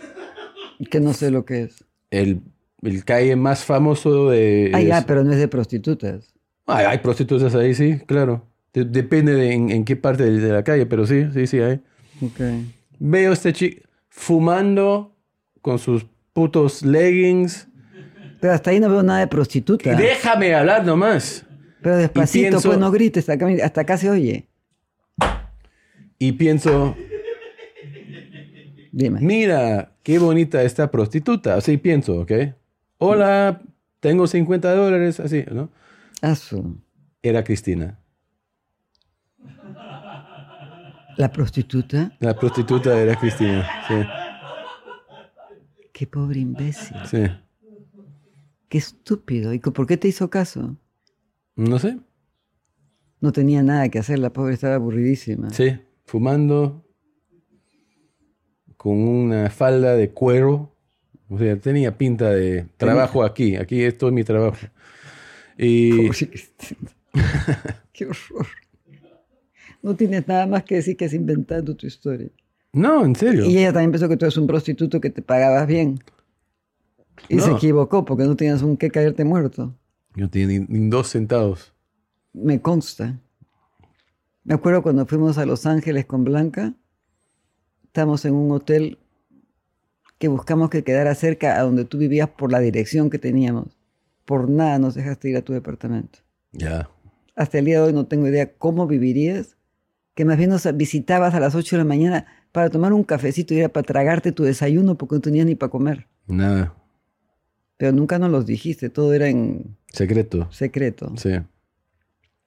Que no sé lo que es.
el, el calle más famoso de...
Ah, ya,
es-
pero no es de prostitutas.
Ay, hay prostitutas ahí, sí, claro. De- depende de en, en qué parte de, de la calle, pero sí, sí, sí hay.
Ok.
Veo a este chico fumando con sus putos leggings.
Pero hasta ahí no veo nada de prostituta.
Déjame hablar nomás.
Pero despacito,
pienso-
pues no grites, hasta acá, hasta acá se oye.
Y pienso,
Dime.
mira, qué bonita esta prostituta. Así pienso, ¿ok? Hola, tengo 50 dólares, así, ¿no?
Ah, su-
Era Cristina.
La prostituta,
La prostituta era Cristina. Sí,
qué pobre imbécil.
sí.
Qué estúpido. ¿Y co- por qué te hizo caso?
No sé.
No tenía nada que hacer, la pobre estaba aburridísima.
Sí, fumando con una falda de cuero. O sea, tenía pinta de trabajo aquí, aquí esto es mi trabajo. Y
Pobre Cristina. qué horror. No tienes nada más que decir que es inventando tu historia.
no, en serio.
Y ella también pensó que tú eres un prostituto que te pagabas bien. Y se
No.
equivocó porque no tenías un que caerte muerto.
Yo no tenía ni, ni dos centavos.
Me consta. Me acuerdo cuando fuimos a Los Ángeles con Blanca, estamos en un hotel que buscamos que quedara cerca a donde tú vivías por la dirección que teníamos. Por nada nos dejaste ir a tu departamento.
Ya.
Hasta el día de hoy no tengo idea cómo vivirías, que más bien nos visitabas a las 8 de la mañana para tomar un cafecito y era para tragarte tu desayuno porque no tenías ni para comer.
Nada.
Pero nunca nos los dijiste, todo era en
Secreto.
secreto.
Sí.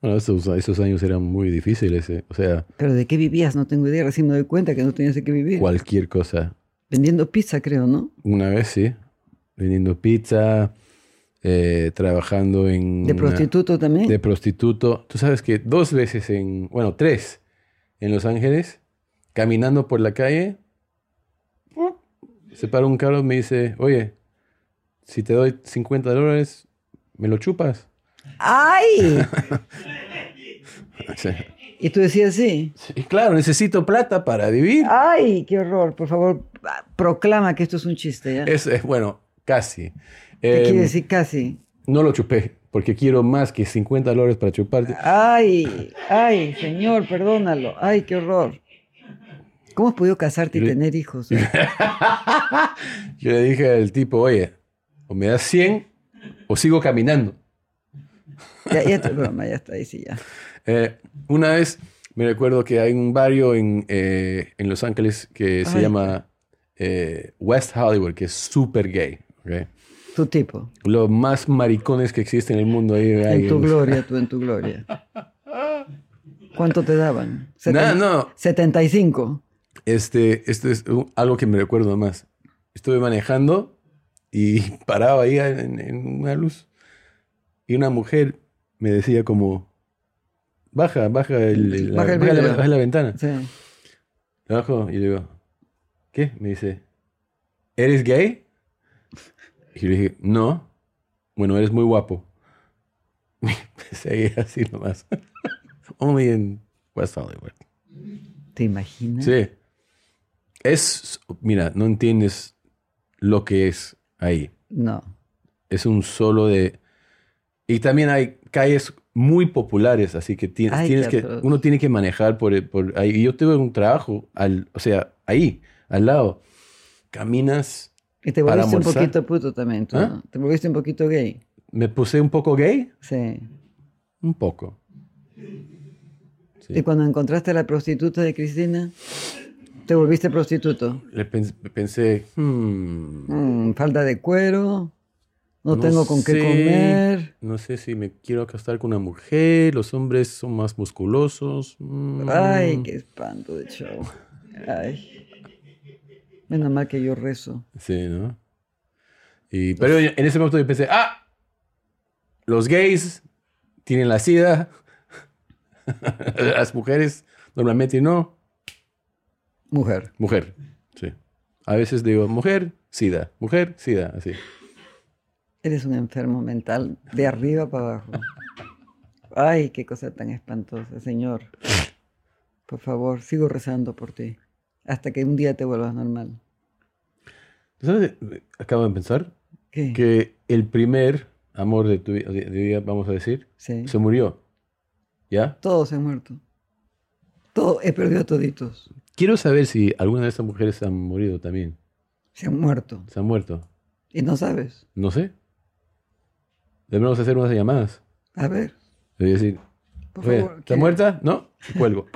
Bueno, esos, esos años eran muy difíciles. eh. O sea,
Pero de qué vivías, no tengo idea, recién me doy cuenta que no tenías de qué vivir.
cualquier cosa.
Vendiendo pizza, creo, ¿no?
Una vez sí. Vendiendo pizza, eh, trabajando en.
De
una-
prostituto también.
de prostituto. Tú sabes que dos veces en. Bueno, tres. En Los Ángeles, caminando por la calle, se para un carro y me dice: Oye, si te doy 50 dólares, ¿me lo chupas?
¡Ay!
O sea,
Y tú decías sí.
Y claro, necesito plata para vivir.
Ah. ¡Ay, qué horror! Por favor, ah, proclama que esto es un chiste. ¿ya?
Es, es- bueno, casi.
¿Qué
Eh, Em,
quiere decir casi?
No lo chupé, porque quiero más que 50 dólares para chuparte.
¡Ay! ¡Ay, señor, perdónalo! ¡Ay, qué horror! ¿Cómo has podido casarte y
Yo-
tener hijos?
Yo le dije al tipo, oye, o me das 100 o sigo caminando.
Ya, ya te broma, ya está, ahí sí ya.
Eh, una vez me recuerdo que hay un barrio en, eh, en Los Ángeles que se
Ay.
llama eh, West Hollywood, que es súper gay. ¿ok?
Tu tipo,
Los más maricones que existen en el mundo ahí.
en
hay
tu
en-
gloria, tú en tu gloria. ¿Cuánto te daban?
Nada,
Seten-
no.
75.
Este, esto es un- algo que me recuerdo nomás. Estuve manejando y paraba ahí en, en una luz. Y una mujer me decía como, baja, baja, el, el- la,
Baja el
baja la-
vidrio".
baja la ventana.
Sí.
Le bajo y le digo, ¿qué? Me dice, ¿eres gay? Y yo le dije, no. Bueno, eres muy guapo. Seguí así nomás. Only in West Hollywood.
¿Te imaginas?
Sí. Es, mira, no entiendes lo que es ahí.
No.
Es un solo de... Y también hay calles muy populares, así que tienes,
Ay,
tienes
qué
que...
atroz.
Uno tiene que manejar por, por ahí. Y yo tuve un trabajo, al, o sea, ahí, al lado. Caminas,
Y te
Para
volviste un
almorzar.
poquito puto también, tú,
¿Ah?
¿no? Te volviste un poquito gay.
me puse un poco gay,
Sí.
un poco. Sí.
Y cuando encontraste a la prostituta de Cristina, te volviste prostituto.
Le pens- pensé, hmm,
Mm, falda de cuero, no,
No
tengo con qué
sé,
comer.
No sé si me quiero acostar con una mujer, los hombres son más musculosos. mm.
Ay, qué espanto de show. Ay. Menos mal que yo rezo.
Sí, ¿no? Y, pero en ese momento yo pensé, ah, los gays tienen la sida, las mujeres normalmente no,
Mujer.
mujer, sí. A veces digo, mujer, sida, mujer, sida, así.
Eres un enfermo mental de arriba para abajo. Ay, qué cosa tan espantosa, Señor. Por favor, sigo rezando por ti. Hasta que un día te vuelvas normal.
¿Sabes? Acabo de pensar
¿Qué?
que el primer amor de tu vi- de- de vida, vamos a decir,
Sí.
se murió. ¿Ya?
Todos han muerto. Todo, he perdido a toditos.
Quiero saber si alguna de estas mujeres han morido también.
Se han muerto.
Se han muerto.
Y no sabes.
No sé. Debemos hacer unas llamadas.
A ver,
Le voy a decir,
por
"Oye,
favor.
¿está
¿qué?
muerta? No, y cuelgo.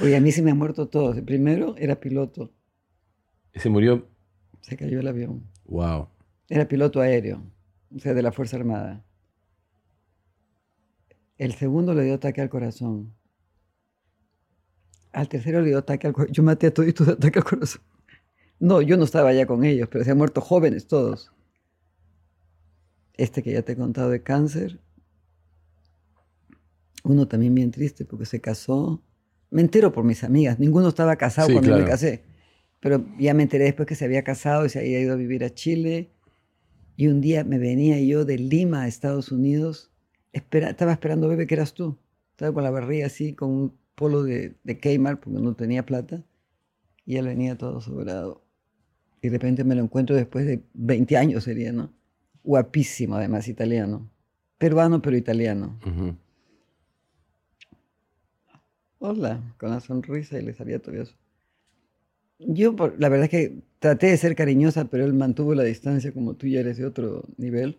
Oye, a mí se me han muerto todos. El primero era piloto.
Y se murió.
Se cayó el avión.
Wow.
Era piloto aéreo. O sea, de la Fuerza Armada. El segundo le dio ataque al corazón. Al tercero le dio ataque al corazón. Yo maté a toditos de ataque al corazón. No, yo no estaba ya con ellos, pero se han muerto jóvenes todos. Este que ya te he contado de cáncer. Uno también bien triste porque se casó. Me entero por mis amigas. Ninguno estaba casado
Sí,
cuando yo me
claro.
casé. Pero ya me enteré después que se había casado y se había ido a vivir a Chile. Y un día me venía yo de Lima a Estados Unidos. Espera, estaba esperando, bebé, que eras tú. Estaba con la barriga así, con un polo de, de Kmart porque no tenía plata. Y él venía todo sobrado. Y de repente me lo encuentro después de 20 años, sería, ¿no? guapísimo además, italiano. Peruano, pero italiano.
Ujú.
Hola, con la sonrisa y le salía todavía. su- Yo, por- la verdad es que traté de ser cariñosa, pero él mantuvo la distancia como tú ya eres de otro nivel.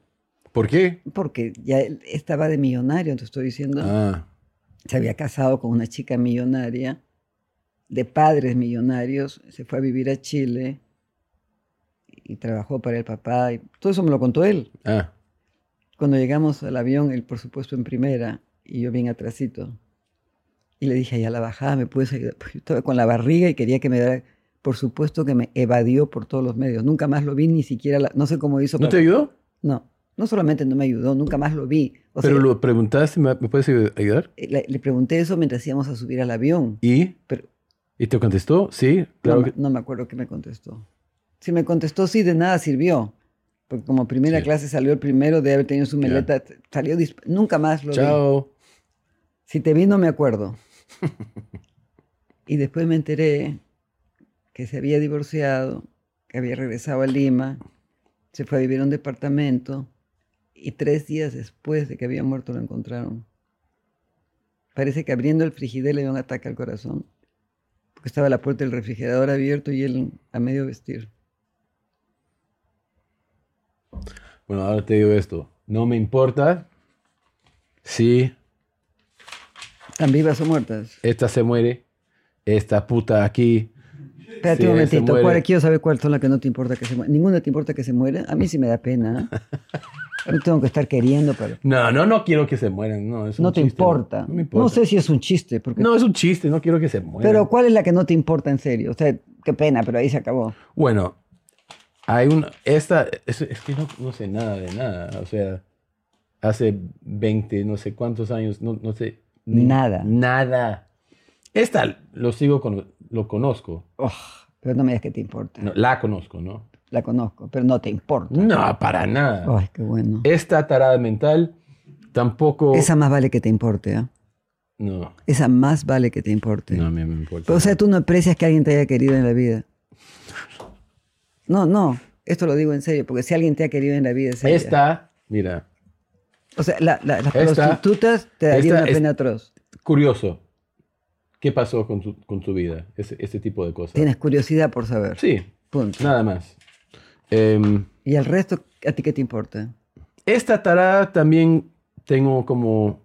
¿Por qué?
Porque ya él estaba de millonario, te estoy diciendo.
Ah,
se había casado con una chica millonaria, de padres millonarios, se fue a vivir a Chile y trabajó para el papá. y todo eso me lo contó él.
ah.
Cuando llegamos al avión, él por supuesto en primera y yo bien atrasito. Y le dije, allá a la bajada, ¿me puedes ayudar? Pues yo estaba con la barriga y quería que me diera... Por supuesto que me evadió por todos los medios. Nunca más lo vi, ni siquiera... la- no sé cómo hizo.
¿No
para-
te ayudó?
No, no solamente no me ayudó, nunca más lo vi. O
Pero
sea, eh,
lo preguntaste, ¿me me puedes ayud- ayudar?
le, le pregunté eso mientras íbamos a subir al avión.
¿Y?
Pero
¿Y te contestó? Sí, claro
no,
que...
me- no me acuerdo qué me contestó. Si me contestó, sí, de nada sirvió. Porque como primera
Sí.
clase salió el primero de haber tenido su meleta, t- salió disp- nunca más lo vi.
Chao.
Si te vi, no me acuerdo. y después me enteré que se había divorciado, que había regresado a Lima, se fue a vivir a un departamento y tres días después de que había muerto lo encontraron. Parece que abriendo el frigider le dio un ataque al corazón, porque estaba la puerta del refrigerador abierto y él a medio vestir.
Bueno, ahora te digo esto. No me importa si
¿Están vivas o muertas?
esta se muere, esta puta aquí.
Espérate
Sí,
un
se
momentito,
muere.
¿cuál- quiero saber cuál son las que no te importa que se muera. ¿Ninguna te importa que se muera? A mí sí me da pena. ¿eh? No tengo que estar queriendo, pero...
No, no, no quiero que se mueran. No, es un
No te
chiste.
importa.
No me importa. No,
sé si es un chiste, porque...
es un chiste, no quiero que se mueran.
pero ¿cuál es la que no te importa en serio? O sea, qué pena, pero ahí se acabó.
Bueno, hay un. Esta. Es, es que no, no sé nada de nada. O sea, hace 20, no sé cuántos años, no, no sé. ni-
Nada.
Nada. Esta lo sigo con. Lo conozco.
Ugh, Ah, pero no me digas que te importa.
Oh. No, la conozco, ¿no?
La conozco, pero no te importa.
No, Eh, para nada.
Ay, qué bueno.
Esta tarada mental tampoco.
Esa más vale que te importe, ¿ah?
No,
Esa más vale que te importe.
no a mí me importa.
Pero, o sea, tú no aprecias que alguien te haya querido en la vida. No, no. Esto lo digo en serio, porque si alguien te ha querido en la vida, es ella.
Esta, mira,
O sea, la- la- las
Esta-
prostitutas te darían
esta
una
es-
pena atroz.
curioso. ¿Qué pasó con su, con su vida? Ese, este tipo de cosas.
Tienes curiosidad por saber.
Sí,
Punto.
nada más. Em,
Y al resto, ¿a ti qué te importa?
esta tarada también tengo como.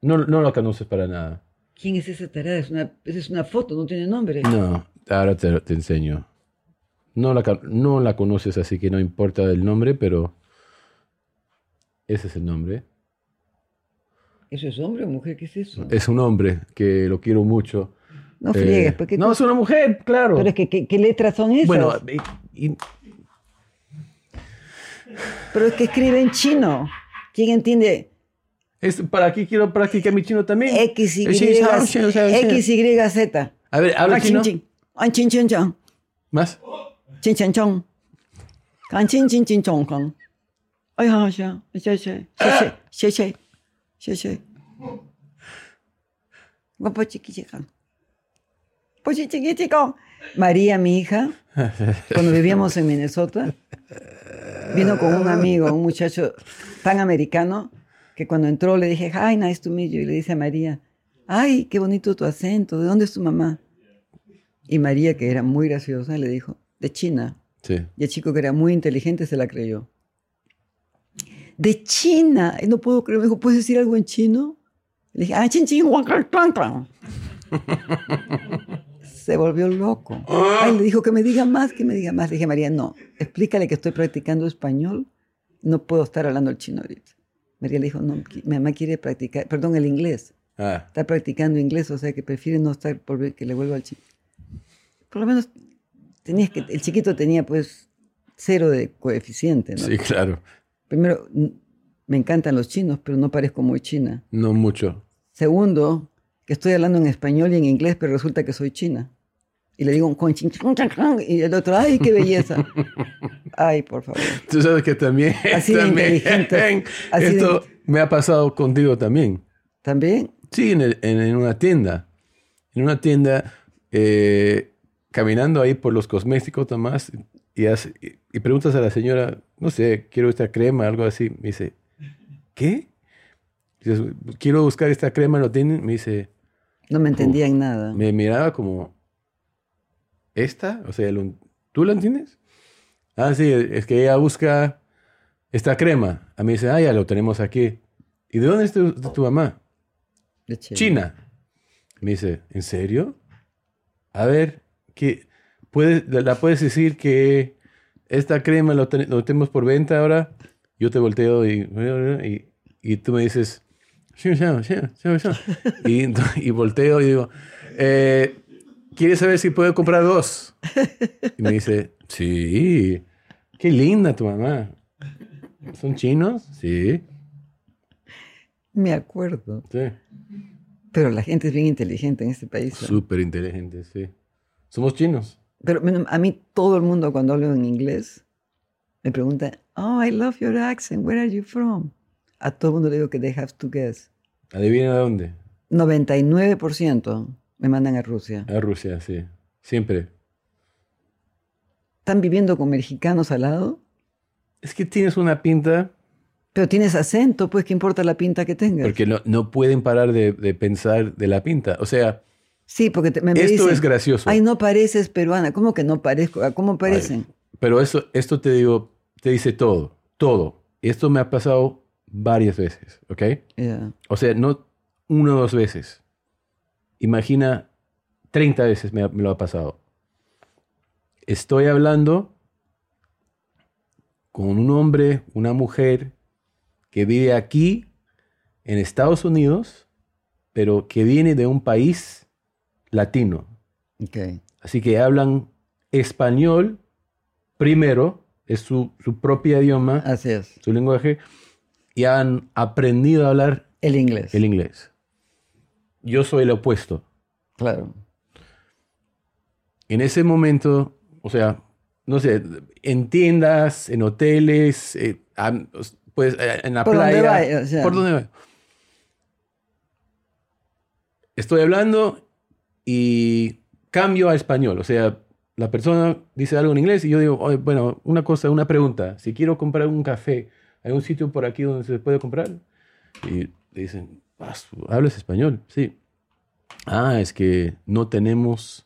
No, no la conoces para nada.
¿Quién es esa tarada? Es una, esa es una foto, no tiene nombre.
No, ahora te, te enseño. No la, ca- no la conoces, así que no importa el nombre, pero. Ese es el nombre.
¿Eso es hombre o mujer? ¿Qué es eso?
Es un hombre que lo quiero mucho.
no
Eh,
friegues, pues, ¿qué
no, es una mujer, claro.
Pero es que, ¿qué, qué letras son esas?
bueno, y- y-
Pero es que escribe en chino. ¿Quién entiende?
es, ¿para qué quiero practicar mi chino también? Eh,
X, Y,
Sí, sí, sí, sí, sí.
X, Y, Z.
A ver, habla
Ah, chin,
chino.
chin. Ah, chin, chin, chan.
¿Más?
Chin, chan, chon. Can, chin, chin, chin, chon, con. Ay, ah, ya, ya, ya. Ya, ya, ya, ya. Ya, ya. Guapo, chiqui, chica. Pochi, chiqui, chico. María, mi hija, cuando vivíamos en Minnesota, vino con un amigo, un muchacho tan americano, que cuando entró le dije, hi, nice to meet you. Y le dice a María, ay, qué bonito tu acento, ¿de dónde es tu mamá? Y María, que era muy graciosa, le dijo, de China.
Sí.
Y el chico que era muy inteligente se la creyó. De China. Y No puedo creer. Me dijo, ¿puedes decir algo en chino? Le dije, ah, chin, chin, huan, can, tran, tran". Se volvió loco. Ay, le dijo que me diga más, que me diga más. Le dije, María, no, explícale que estoy practicando español. No puedo estar hablando el chino ahorita. María le dijo, no, qui- mi mamá quiere practicar, perdón, el inglés.
Ah,
Está practicando inglés, o sea que prefiere no estar, por, que le vuelva al chico. Por lo menos tenías que, el chiquito tenía pues cero de coeficiente, ¿no?
sí, claro.
Primero, n- me encantan los chinos, pero no parezco muy china.
No mucho.
Segundo, que estoy hablando en español y en inglés, pero resulta que soy china. Y le digo un con chin, chin, chin, chin, y el otro, ¡ay, qué belleza! Ay, por favor.
Tú sabes que también.
Así de
también,
inteligente, así de-
esto me ha pasado contigo también.
También,
Sí, en, el- en- en una tienda. En una tienda, eh, caminando ahí por los cosméticos, Tomás, y, has- y y preguntas a la señora, no sé, quiero esta crema, algo así. Me dice, ¿qué? Dices, quiero buscar esta crema, ¿lo tienen? Me dice,
No me entendían nada.
me miraba como, ¿esta? O sea, lo- ¿tú la entiendes? Ah, sí, es que ella busca esta crema. A mí dice, ah, ya lo tenemos aquí. ¿Y de dónde es tu, tu mamá?
De Chile.
China. Me dice, ¿en serio? A ver, ¿qué, puedes, ¿la puedes decir que esta crema lo, ten- lo tenemos por venta ahora? Yo te volteo y, y, y tú me dices, "Sí, sí, sí, sí, sí". Y, ento- y volteo y digo, "Eh, ¿quieres saber si puedo comprar dos? Y me dice, sí, qué linda tu mamá. ¿Son chinos? Sí,
Me acuerdo.
sí.
Pero la gente es bien inteligente en este país. ¿no?
Súper inteligente, sí. Somos chinos.
Pero bueno, a mí todo el mundo cuando hablo en inglés me pregunta, oh, I love your accent, where are you from? A todo el mundo le digo que they have to guess.
Adivina de dónde.
99% me mandan a Rusia.
A Rusia, sí. Siempre.
Están viviendo con mexicanos al lado,
Es que tienes una pinta
pero tienes acento, pues qué importa la pinta que tengas.
porque no, no pueden parar de, de pensar de la pinta. O sea,
sí, porque te- me, me
esto
dicen,
es gracioso.
Ay, no pareces peruana. ¿Cómo que no parezco? ¿A ¿Cómo parecen?
Pero eso, esto te digo, te dice todo. Todo. Esto me ha pasado varias veces, ¿ok?
Ya.
O sea, no una o dos veces. Imagina, 30 veces me, ha- me lo ha pasado. Estoy hablando con un hombre, una mujer que vive aquí en Estados Unidos, pero que viene de un país latino.
Ok.
Así que hablan español primero, es su, su propio idioma,
Así es.
su lenguaje, y han aprendido a hablar
El inglés.
el inglés. Yo soy el opuesto.
Claro.
En ese momento, o sea, no sé, en tiendas, en hoteles, eh, am- os- pues eh, en la
Por donde
playa,
vaya, o sea.
por donde vaya. Estoy hablando y cambio a español, o sea, la persona dice algo en inglés y yo digo, "Oye, bueno, una cosa, una pregunta, si quiero comprar un café, ¿hay un sitio por aquí donde se puede comprar? Y le dicen, "Ah, su- ¿hablas español? Sí. Ah, es que no tenemos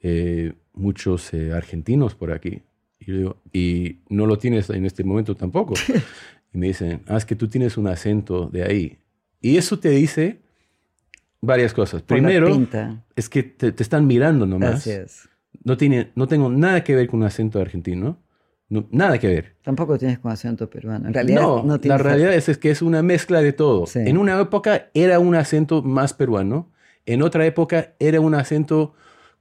eh, muchos eh, argentinos por aquí. Y yo digo, y no lo tienes en este momento tampoco. y me dicen, ah, es que tú tienes un acento de ahí. Y eso te dice varias cosas.
Por la
Primero,
pinta.
es que te, te están mirando nomás.
Así es.
No, tiene, no tengo nada que ver con un acento argentino. No- nada que ver.
Tampoco tienes con acento peruano. En realidad no,
no, la
tienes
realidad es, es que es una mezcla de todo.
Sí.
En una época era un acento más peruano, en otra época era un acento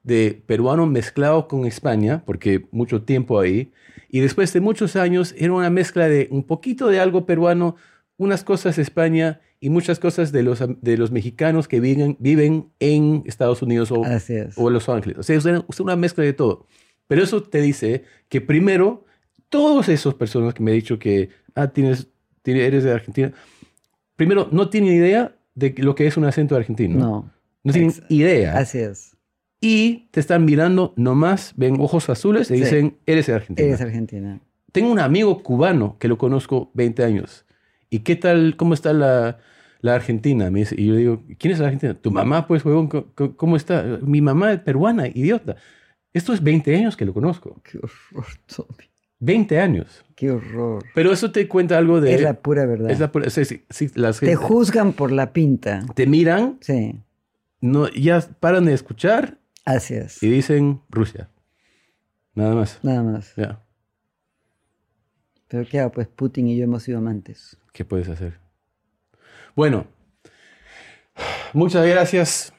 de peruano mezclado con España, porque mucho tiempo ahí, y después de muchos años era una mezcla de un poquito de algo peruano, unas cosas de España y muchas cosas de los, de los mexicanos que viven, viven en Estados Unidos o,
Así es.
o Los Ángeles. O sea, es una, es una mezcla de todo. Pero eso te dice que primero, todas esas personas que me han dicho que ah, tienes, tiene- eres de Argentina, primero no tienen idea de lo que es un acento argentino.
No.
No tienen
Ex-
idea.
Así es.
Y te están mirando nomás, ven ojos azules y
Sí.
dicen, eres de Argentina.
Eres argentina.
Tengo un amigo cubano que lo conozco 20 años. ¿Y qué tal, cómo está la, la Argentina? Me dice, y yo digo, ¿quién es la Argentina? Tu mamá, pues, huevón, ¿cómo- ¿cómo cómo está? Mi mamá es peruana, idiota. Esto es 20 años que lo conozco.
Qué horror, Tommy.
20 años.
Qué horror.
Pero eso te cuenta algo de...
Es la pura verdad.
es la pura- sí, sí, sí, las
Te juzgan por la pinta.
te miran,
Sí.
no, ya paran de escuchar
Así es.
y dicen Rusia. Nada más.
Nada más.
Ya.
Pero qué hago, pues Putin y yo hemos sido amantes.
¿Qué puedes hacer? Bueno, muchas gracias.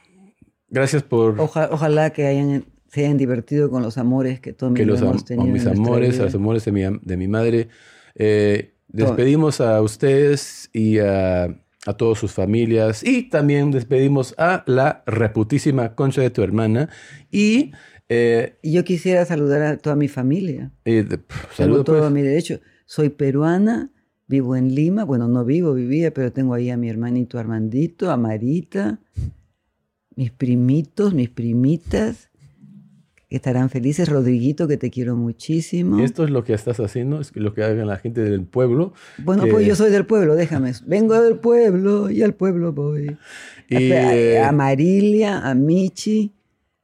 Gracias por
Oja- ojalá que hayan, se hayan divertido con los amores que Tommy
que
y yo
los am-
hemos tenido. en
mis
nuestra
amores,
vida.
los amores de mi, am- de mi madre. eh,
Todo.
despedimos a ustedes y a, a todas sus familias. Y también despedimos a la reputísima concha de tu hermana. Y eh,
Y yo quisiera saludar a toda mi familia.
eh, de- pf,
Tengo
saludo,
todo
pues.
mi derecho. Soy peruana, vivo en Lima. Bueno, no vivo, vivía, pero tengo ahí a mi hermanito Armandito, a Marita, mis primitos, mis primitas. estarán felices. Rodriguito, que te quiero muchísimo.
Y esto es lo que estás haciendo, es lo que hagan la gente del pueblo.
Bueno,
que-
pues yo soy del pueblo, déjame. Vengo del pueblo y al pueblo voy.
Y, eh,
a, a Marilia, a Michi,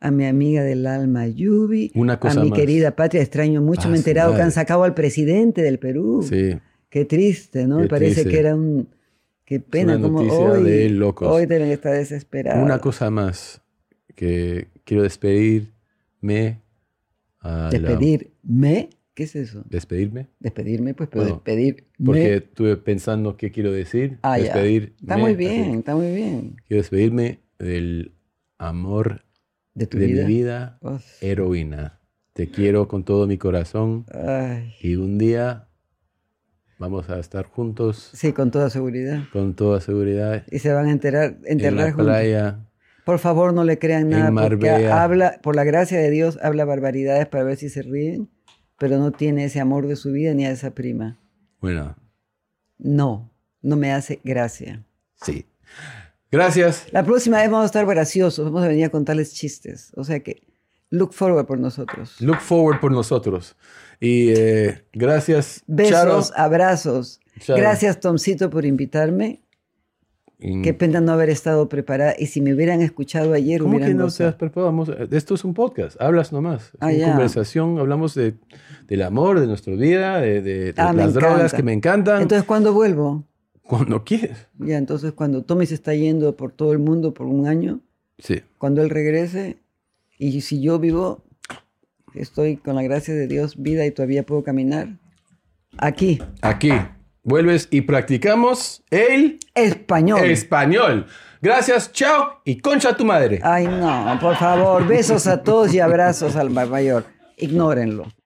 a mi amiga del alma Yubi,
Una cosa
a mi
más.
querida patria, extraño mucho,
Ah,
me he
su
enterado que
madre.
han sacado al presidente del Perú.
Sí,
Qué triste, ¿no?
Qué
me parece
triste.
que era un... Qué pena,
una
como
noticia
hoy,
de locos.
hoy deben estar desesperados.
una cosa más que quiero despedirme. a la-
¿Despedirme? ¿Qué es eso?
¿Despedirme?
Despedirme, pues, pero
Bueno,
despedirme.
Porque estuve pensando qué quiero decir.
Ah, ya.
despedirme.
Está muy
así.
bien, está muy bien.
Quiero despedirme del amor
De tu
de
vida. Pues,
mi vida, eh,
Uf.
heroína. Te quiero con todo mi corazón
Ay,
y un día vamos a estar juntos
sí, con toda seguridad.
con toda seguridad
Y se van a enterar,
en
enterrar
la
juntos.
playa.
Por favor, no le crean nada. Porque
Marbella.
habla, por la gracia de Dios, habla barbaridades para ver si se ríen, pero no tiene ese amor de su vida ni a esa prima.
Bueno,
No, no me hace gracia.
sí. Gracias.
La próxima vez vamos a estar graciosos, vamos a venir a contarles chistes. O sea que, look forward por nosotros.
Look forward por nosotros. Y eh, gracias, Charo.
Besos, abrazos.
Charo.
Gracias, Tomcito, por invitarme.
Y-
Qué pena no haber estado preparada. Y si me hubieran escuchado ayer,
¿Cómo
hubieran
que no te
gozado.
has preparado? Vamos, eh, Esto es un podcast, hablas nomás. Es
Ah,
una
ya.
conversación, hablamos de, del amor, de nuestra vida, de, de- de
Ah, me
las drogas
encanta.
que me encantan.
Entonces, ¿cuándo vuelvo?
Cuando quieres.
Ya, entonces, cuando Tommy se está yendo por todo el mundo por un año,
Sí.
cuando él regrese, y si yo vivo, estoy con la gracia de Dios, vida y todavía puedo caminar, aquí,
Aquí vuelves y practicamos el
español.
español. Gracias, chao y concha a tu madre.
Ay, no, por favor, besos a todos y abrazos al Mar Mayor. Ignórenlo.